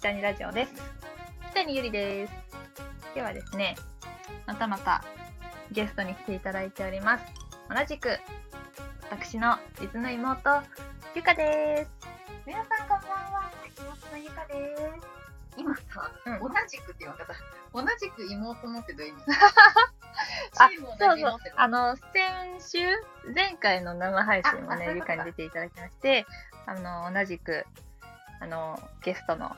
北にラジオです北にゆりです。今日はですねまたまたゲストに来ていただいております同じく私の伊豆の妹ゆかです皆さんこんばんは。妹のゆかです。今さ、うん同じくって言われ方。同じく妹のってどういう意 味？あチームそ同うじそのうってことあの先週前回の生配信もああそうねいうゆことかかに出ていただきましてあの同じくあのゲストの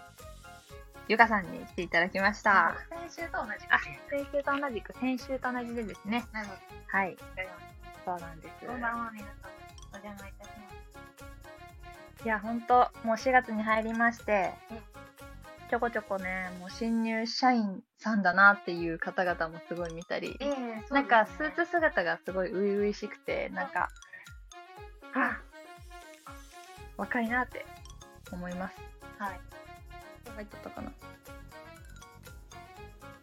ゆかさんに来ていただきました先週と同じく。あ先週と同じく先週と同じでですねなるほはいど。そうなんですこんばんは皆さん。お邪魔いたします。いやほんともう4月に入りましてうんちょこちょこねもう新入社員さんだなっていう方々もすごい見たり、ええそうですねなんかスーツ姿がすごい初々しくてなんかあ若いなって思いますはい。入っとったかな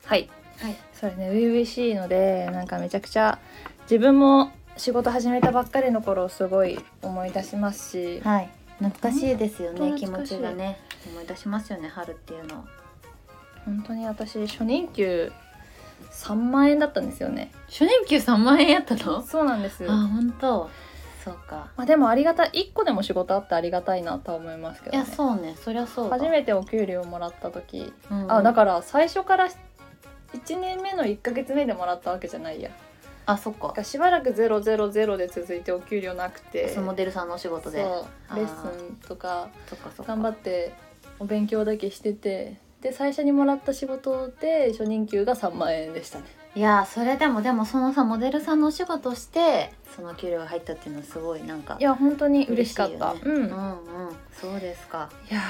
はい、はい、そうですね初々しいのでなんかめちゃくちゃ自分も仕事始めたばっかりの頃をすごい思い出しますしはい、懐かしいですよね本当気懐持かしいちがね思い出しますよね春っていうの本当に私初任給3万円だったんですよね初任給3万円やったのそうなんですあ本当そうかまあでもありがたい1個でも仕事あってありがたいなとは思いますけいど、ね、やそうねそりゃそうだ初めてお給料もらった時、うんうんあだから最初から1年目の1ヶ月目でもらったわけじゃないやあそっだかからしばらく000で続いてお給料なくてそのモデルさんのお仕事でそうレッスンとかそっかそっか頑張ってお勉強だけしててで最初にもらった仕事で初任給が3万円でしたねいやそれでもでもそのさモデルさんのお仕事をしてその給料が入ったっていうのはすごいなんかいや本当に嬉しかった、嬉しいようねんうんうんそうですかいや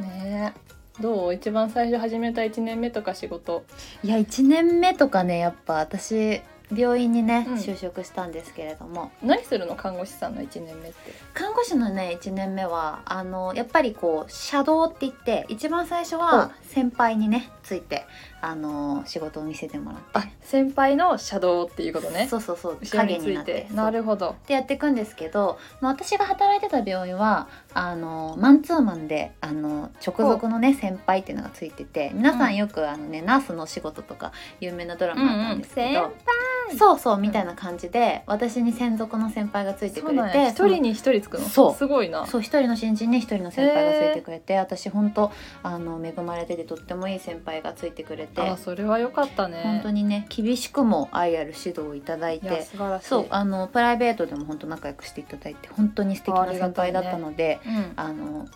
ーねえどう一番最初始めた1年目とか仕事いや1年目とかねやっぱ私病院にね、うん就職したんですけれども何するの看護師さんの1年目って看護師のね1年目はあのやっぱりこうシャドウって言って一番最初は先輩にねついてあの仕事を見せてもらってあ先輩のシャドウっていうことねそうそうそう後ろ影につにいなっててなそうるほどってやっていくんですけど、まあ、私が働いてた病院はあのマンツーマンであの直属のね先輩っていうのがついてて皆さうんんよくあの、ねナースの仕事とか有名なドラマあったんですけど、うんうん輩そうそうみたいな感じで私に専属の先輩がついてそうくれなんやて一人に一人つくのそうすごいなそう一人の新人に一人の先輩がついてくれて私本当あの恵まれててとってもいい先輩がついてくれて、あそれは良かったね本当にね厳しくも愛ある指導をいただいいやて素晴らしいそうあのプライベートでも本当仲良くしていただいて本当に素敵な先輩だったのでうんいあ,、の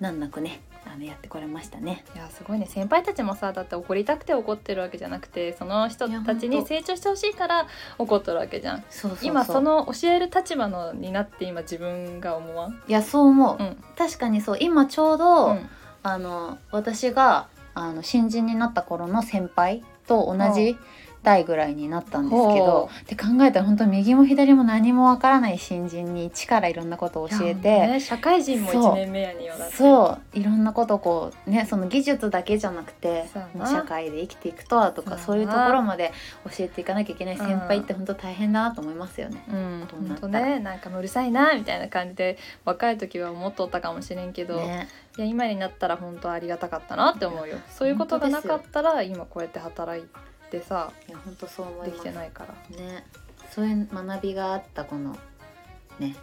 難なくねあのやってこれましたね。やすごいね先輩たちもさだって怒りたくて怒ってるわけじゃなくてその人たちいやほんにと成長してほしいから怒っとるわけじゃんそうそうそう今その教える立場のになって今自分が思わんいやそう思う、うん確かにそう今ちょうど、うんあの私があの新人になった頃の先輩と同じ代ぐらいになったんですけどほって考えたら本当右も左も何もわからない新人に一からいろんなことを教えいやもうて。ね、社会人もそう1年目やによだってそういろんなことこうねその技術だけじゃなくてそうやな社会で生きていくとはとかそそうういやうなところまで教えていかなきゃいけない先輩って本当大変だなと思いますよね。うんどうな本った当らねなんかもううるさいなみたいな感じで若い時は思っとったかもしれんけど、ねいや今になったら本当ありがたかったなって思うよそういうことがなかったら今こうやって働いてさいや本当そう思いでまきすてないからねそういう学びがあったこのね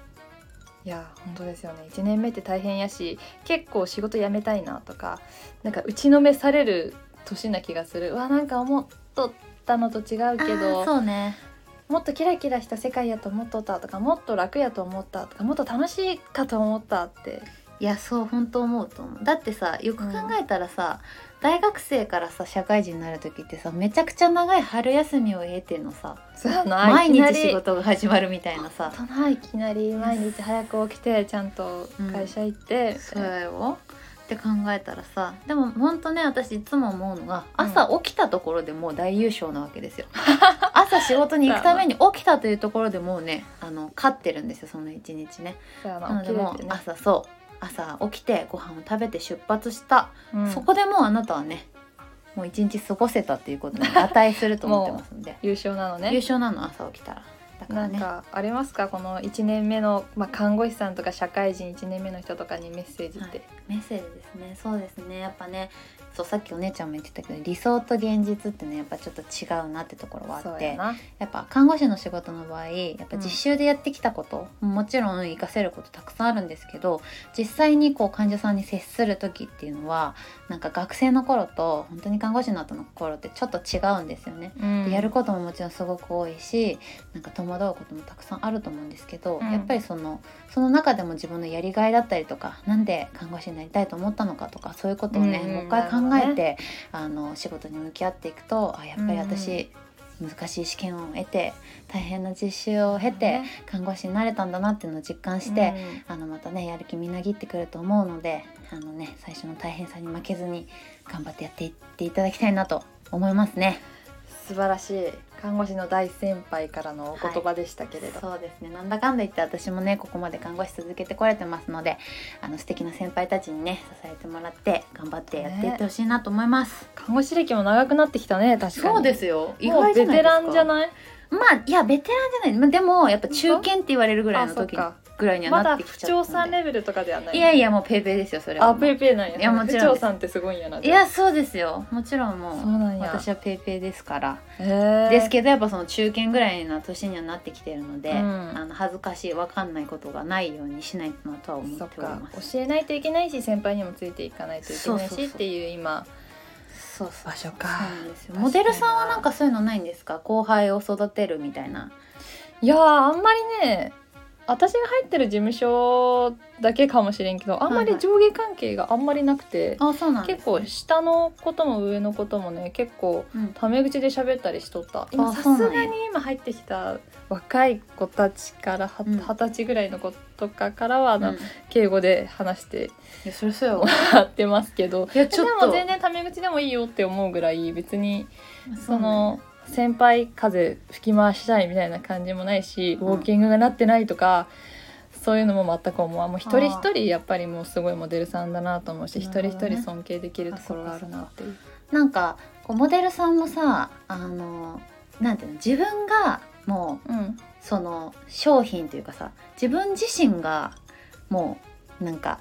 いや本当ですよね1年目って大変やし結構仕事辞めたいなとかなんか打ちのめされる年な気がするうわなんか思っとったのと違うけあーどそうねもっとキラキラした世界やと思っとったとかもっと楽やと思ったとかもっと楽しいかと思ったっていやそう本当思うと思うだってさよく考えたらさ、大学生からさ社会人になる時ってさめちゃくちゃ長い春休みを得てのさそうやな毎いきな日り仕事が始まるみたいなさ本当ないきなり毎日早く起きてちゃんと会社行って、そうよって考えたらさでもほんとね私いつも思うのがうん朝起きたところでもう大優勝なわけで すよ朝仕事に行くために起きたというところでもうねあの勝ってるんですよその一日ねそうやななの起きでれもてうね、朝そう朝起きてご飯を食べて出発したうんそこでもうあなたはねも う一日過ごせたっていうことに値すると思ってますんで優勝なの優ね勝なの朝起きたらだからなんねかありますかこの1年目の、まあ、看護師さんとか社会人1年目の人とかにメッセージって、はいメッセージですねそうですねやっぱねそうさっきお姉ちゃんも言ってたけど理想と現実ってねやっぱちょっと違うなってところはあそっうてやなやっぱ看護師の仕事の場合やっぱうん実習でやってきたこと、もちろん活かせることたくさんあるんですけど実際にこう患者さんに接する時っていうのはなんか学生の頃と本当に看護師の後の頃ってちょっと違うんですよね。うんでやることももちろんすごく多いしなんか戸惑うこともたくさんあると思うんですけど、うんやっぱりそのその中でも自分のやりがいだったりとかなんで看護師になりたいと思ったのかとかそういうことをね、うんもう一回考なるえほどて、あの仕事に向き合っていくとあやっぱり私、難しい試験を得て大変な実習を経て、看護師になれたんだなっていうのを実感して、うんあのまたねやる気みなぎってくると思うのであのね最初の大変さに負けずに頑張ってやっていっていただきたいなと思いますね。素晴らしい看護師の大先輩からのお言葉でしたけれど、そうですねなんだかんだ言って私もねここまで看護師続けてこれてますのであの素敵な先輩たちにね支えてもらって頑張ってやっていってほしいなと思います。看護師歴も長くなってきたね確かにすよもうベテランじゃいないまあいやベテランじゃないまあでもやっぱ中堅って言われるぐらいの時にあぐらいにそっかまはなだってき不ちゃ調ったさんんでレベルとかではないいやいやもうペイペイですよそれはあペイペイなんやいやもちろん不調さんってすごいんやないいやそうですよもちろんもそううなんや私はペイペイですから、へーですけどやっぱその中堅ぐらいの年にはなってきてるので、うんあの恥ずかしいわかんないことがないようにしないとなとは思ってそおっりまかす教えないといけないし先輩にもついていかないといけないそうそうしっそうていう今そうそう場所そうかなんですよ確かになモデルさんはなんかそういうのないんですか後輩を育てるみたいないやーあんまりね私が入ってる事務所だけかもしれんけどあんまり上下関係があんまりなくて、あそうなんです、結構下のことも上のこともね結構うんタメ口で喋ったりしとった今あさそうすなんやがに今入ってきた若い子たちからはうん二十歳ぐらいの子とかからはあの、うんい敬語で話してやそれそう よもらってますけどいやでも全然タメ口でもいいよって思うぐらい別にその先輩風吹き回したいみたいな感じもないしうんウォーキングがなってないとか、そういうのも全く思わんもう一人あ一人やっぱりもうすごいモデルさんだなと思うし、一なる人ほ一どね人尊敬できるところがあるなっていう。なんかこうモデルさんもさあのなんていうの自分がもううん、その商品というかさ自分自身がもうなんか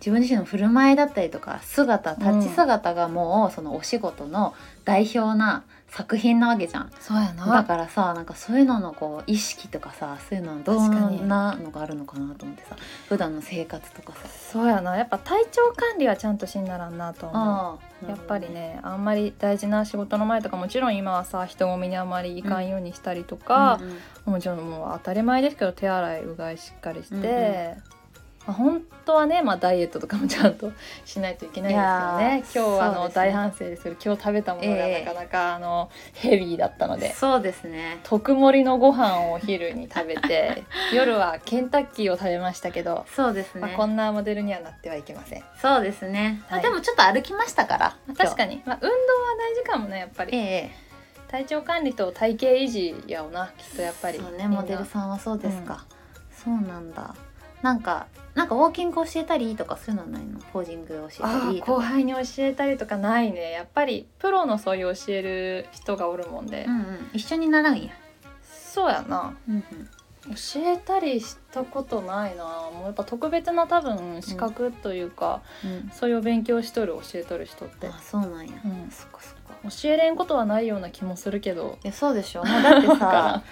自分自身の振る舞いだったりとか姿立ち姿がもうそのお仕事の代表な作品なわけじゃん。そうやだからさなんかそういうののこう意識とかさそういうのど確かにんなのがあるのかなと思ってさ普段の生活とかさ。そうやなやっぱ体調管理はちゃんとしんならんなと思う。あやっぱりねあんまり大事な仕事の前とかもちろん今はさ人混みにあんまり行かんようにしたりとか、うんうんもちろんもう当たり前ですけど手洗いうがいしっかりして、うんうんまあ、本当はね、まあ、ダイエットとかもちゃんとしないといけないですけどね今日はあそうの、ですね大反省ですけど今日食べたものがええなかなか、あのヘビーだったので。そうですね特盛りのご飯をお昼に食べ て夜はケンタッキーを食べましたけど、そうですね、まあ、こんなモデルにはなってはいけません、そうですね、はいでもちょっと歩きましたからまあ確にかに、まあ、運動は大事かもねやっぱりええ体調管理と体型維持やおなきっとやっぱりそうみねんなモデルさんはそうですか、そうなんだなんかなんかウォーキング教えたりとかそういうのはないのポージング教えあたりーとか後輩に教えたりとかないねやっぱりプロのそういう教える人がおるもんで、うんうん一緒に習うんや、そうやなうんうん、教えたりしたことないなもうやっぱ特別な多分資格というか、そういうお勉強しとる教えとる人って、あそうなんや、うんそっかそっか教えれんことはないような気もするけどいやそうで しょもうだってさ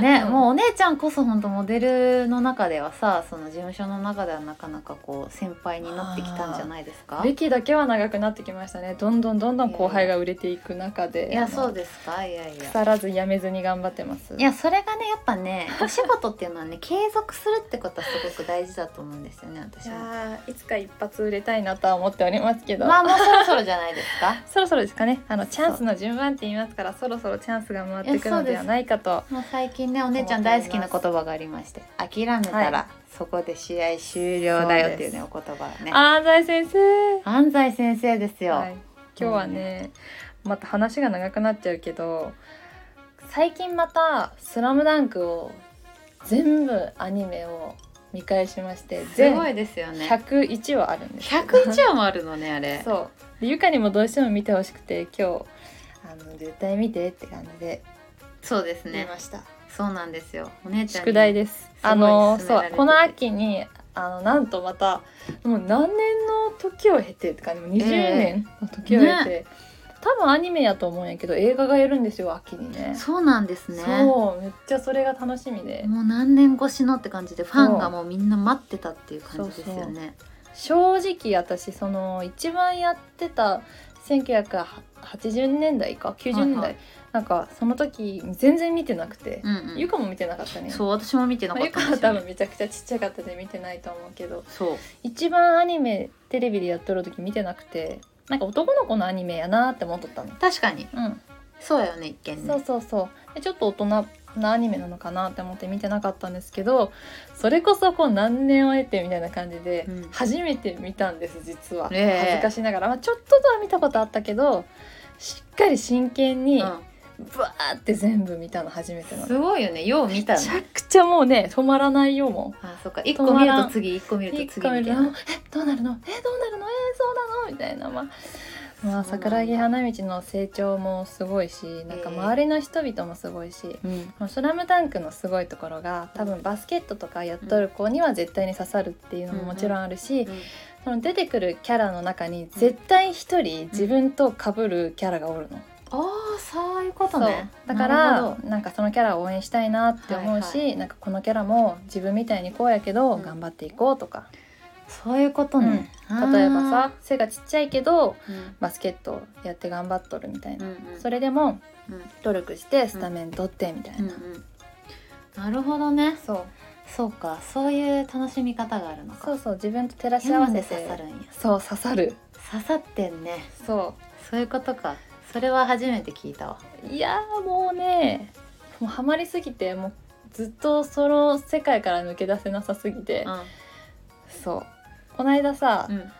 ね、うんもうお姉ちゃんこそ本当モデルの中ではさその事務所の中ではなかなかこう先輩になってきたんじゃないですかい歴だけは長くなってきましたねどんどんどんどん後輩が売れていく中でやそうでですかいやいや腐らずやめずに頑張ってますいやそれがねやっぱねお仕事っていうのはね継続するってことはすごく大事だと思うんですよねい私は。やーいつか一発売れたいなとは思っておりますけどまあもうそろそろじゃないですかそろそろですかねあのチャンスの順番って言いますからそろそろチャンスが回ってくるのではないかともう最近ねお姉ちゃん大好きな言葉がありまして「諦めたら、はそこで試合終了だよ」っていうねそお言葉をね安西先生、安西先生ですよ、はい、今日はね、また話が長くなっちゃうけど最近また「スラムダンクを全部アニメを見返しましてすご全いですよね101話あるんですけど101話もあるのねあれ そうでゆかにもどうしても見てほしくて今日あの絶対見てって感じでそうです言いねました、そうなんですよお姉ちゃんに宿題です。すごいあの勧めらそれうててこの秋にあのなんとまたもう何年の時を経てってかねもう20年の時を経て、多分アニメやと思うんやけど映画がやるんですよ秋にね。そうなんですねそうめっちゃそれが楽しみでもう何年越しのって感じでファンがそうもうみんな待ってたっていう感じですよね正直私その一番やってた1980年代か90年代、はいはいなんかその時全然見てなくて、うんうんゆかも見てなかったね。そう私も見てなまかあっゆかたんは多ですよね分めちゃくちゃちっちゃかったで見てないと思うけどそう一番アニメテレビでやっとる時見てなくてなんか男の子のアニメやなって思っとったの確かにうんそうやよね一見そうねそうそうでちょっと大人なアニメなのかなって思って見てなかったんですけどそれこそこう何年を経てみたいな感じでうん初めて見たんです実は、ねえ恥ずかしながら、まあ、ちょっととは見たことあったけどしっかり真剣にうんブワーって全部見たの初めてなの、すごいよねよう見ためねちゃくちゃもうね止まらないよもうあそっか一個見ると次一個見るいとい次カメみたいラのなえどうなるのえどうなるのえそうなのみたいなまあ、まあ、そうなんだ桜木花道の成長もすごいしなんかええ周りの人々もすごいし「うんこのスラムダンクのすごいところが多分バスケットとかやっとる子には絶対に刺さるっていうのももちろんあるし、その出てくるキャラの中に絶対一人自分と被るキャラがおるの。ああそういうことそうねだかなるほらどなんかそのキャラを応援したいなって思うし、はなんかこのキャラも自分みたいにこうやけどうん頑張っていこうとか、そういうことね例えばさ背がちっちゃいけどあーうんバスケットやって頑張っとるみたいな、うんうんそれでもうん努力してスタメン取ってみたいな、うんうんなるほどねそうそうかそういう楽しみ方があるのそかうそう自分と照らし合わせ山でて刺さるんやそう刺さる刺さってんねそそういうことかそれは初めて聞いたわういやーもうねもうハマりすぎてもうずっとその世界から抜け出せなさすぎて、そうこの間さ、うん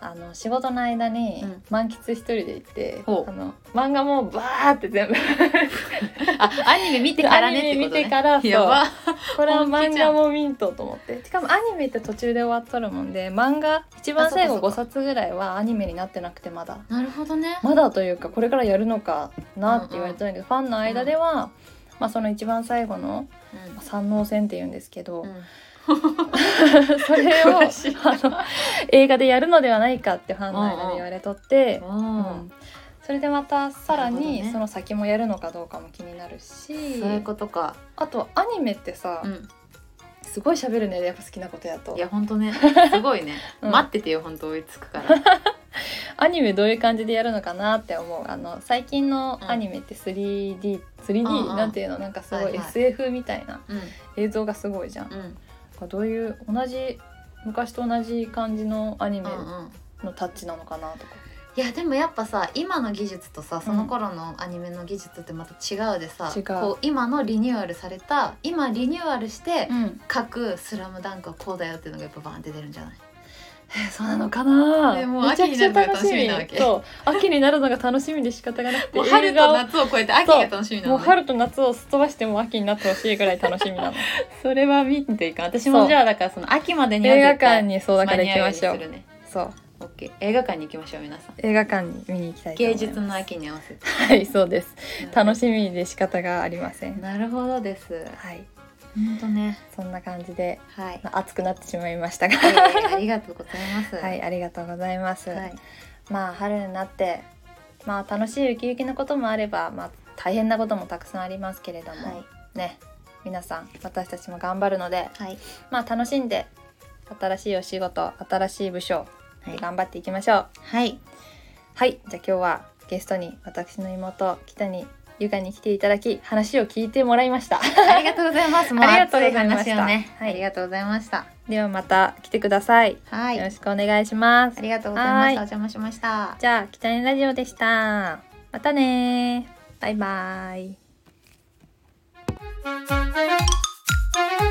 あの仕事の間にうん満喫一人で行って、ほうあの漫画もバーって全部あアニメ見てからねアっニてメ見ことねてからそうやばこれは本気漫じゃ画んもミントと思ってしかもアニメって途中で終わっとるもんで漫画一番最あそ後っか5そ冊ぐらいはアニメになってなくてまだなるほどねまだというかこれからやるのかなって言われてるんだけど、ファンの間では、まあ、その一番最後のまあ三能戦って言うんですけど、うんうんそれをあ詳しいの映画でやるのではないかってファンの間で言われとって、 うあんそれでまたさらなるほにどねその先もやるのかどうかも気になるーしそういうことかあとアニメってさ、うんすごい喋るねやっぱ好きなことやとい。や本 当ねすごいねうん待っててよ本当追いつくからアニメどういう感じでやるのかなって思うあの最近のアニメって 3D3D、3D うんうんなんていうのなんかすごはいいはい SF みたいなうん映像がすごいじゃん、うんなんかどういう同じ昔と同じ感じのアニメうんうんのタッチなのかなとか、いやでもやっぱさ今の技術とさその頃のアニメの技術ってまた違うでさ、違うこう今のリニューアルされた今リニューアルしてうん、各「スラムダンクはこうだよっていうのがやっぱバーンって出るんじゃないえ そうなのかなでもうめちゃくちゃ楽しみ秋になるのが楽しみなわけそう秋になるのが楽しみで仕方がなくてもう春映画とを夏を超えて秋が楽しみなもの、う春と夏をすっ飛ばしても秋になってほしいぐらい楽しみ なのそれは見ていかん私そもうじゃあだからその秋までには映画絶対館にそうだから行きましょ間うに合うようにするねそう OK 映画館に行きましょう皆さん映画館に見に行きたいと思い芸ます術の秋に合わせてはい、そうです。楽しみで仕方がありません。なるほどですはい、本当ねそんな感じではい、まあ熱くなってしまいましたが、えーありがとうございますはい、ありがとうございます。はいまあ春になって、まあ楽しいウキウキのこともあれば、まあ大変なこともたくさんありますけれども、はいね、皆さん私たちも頑張るので、はいまあ楽しんで新しいお仕事、新しい部署はい頑張っていきましょう。はい、はいじゃあ今日はゲストに私の妹北にゆかに来ていただき話を聞いてもらいました。 ありがとうございます。もうありがとうございま熱したい話をね。はいありがとうございました。ではまた来てください。はよろい。しくお願いしますあ。りがとうございまはしいた。お邪魔しました。じゃあ、北にラジオでした。またねバイバイ。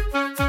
Thank you.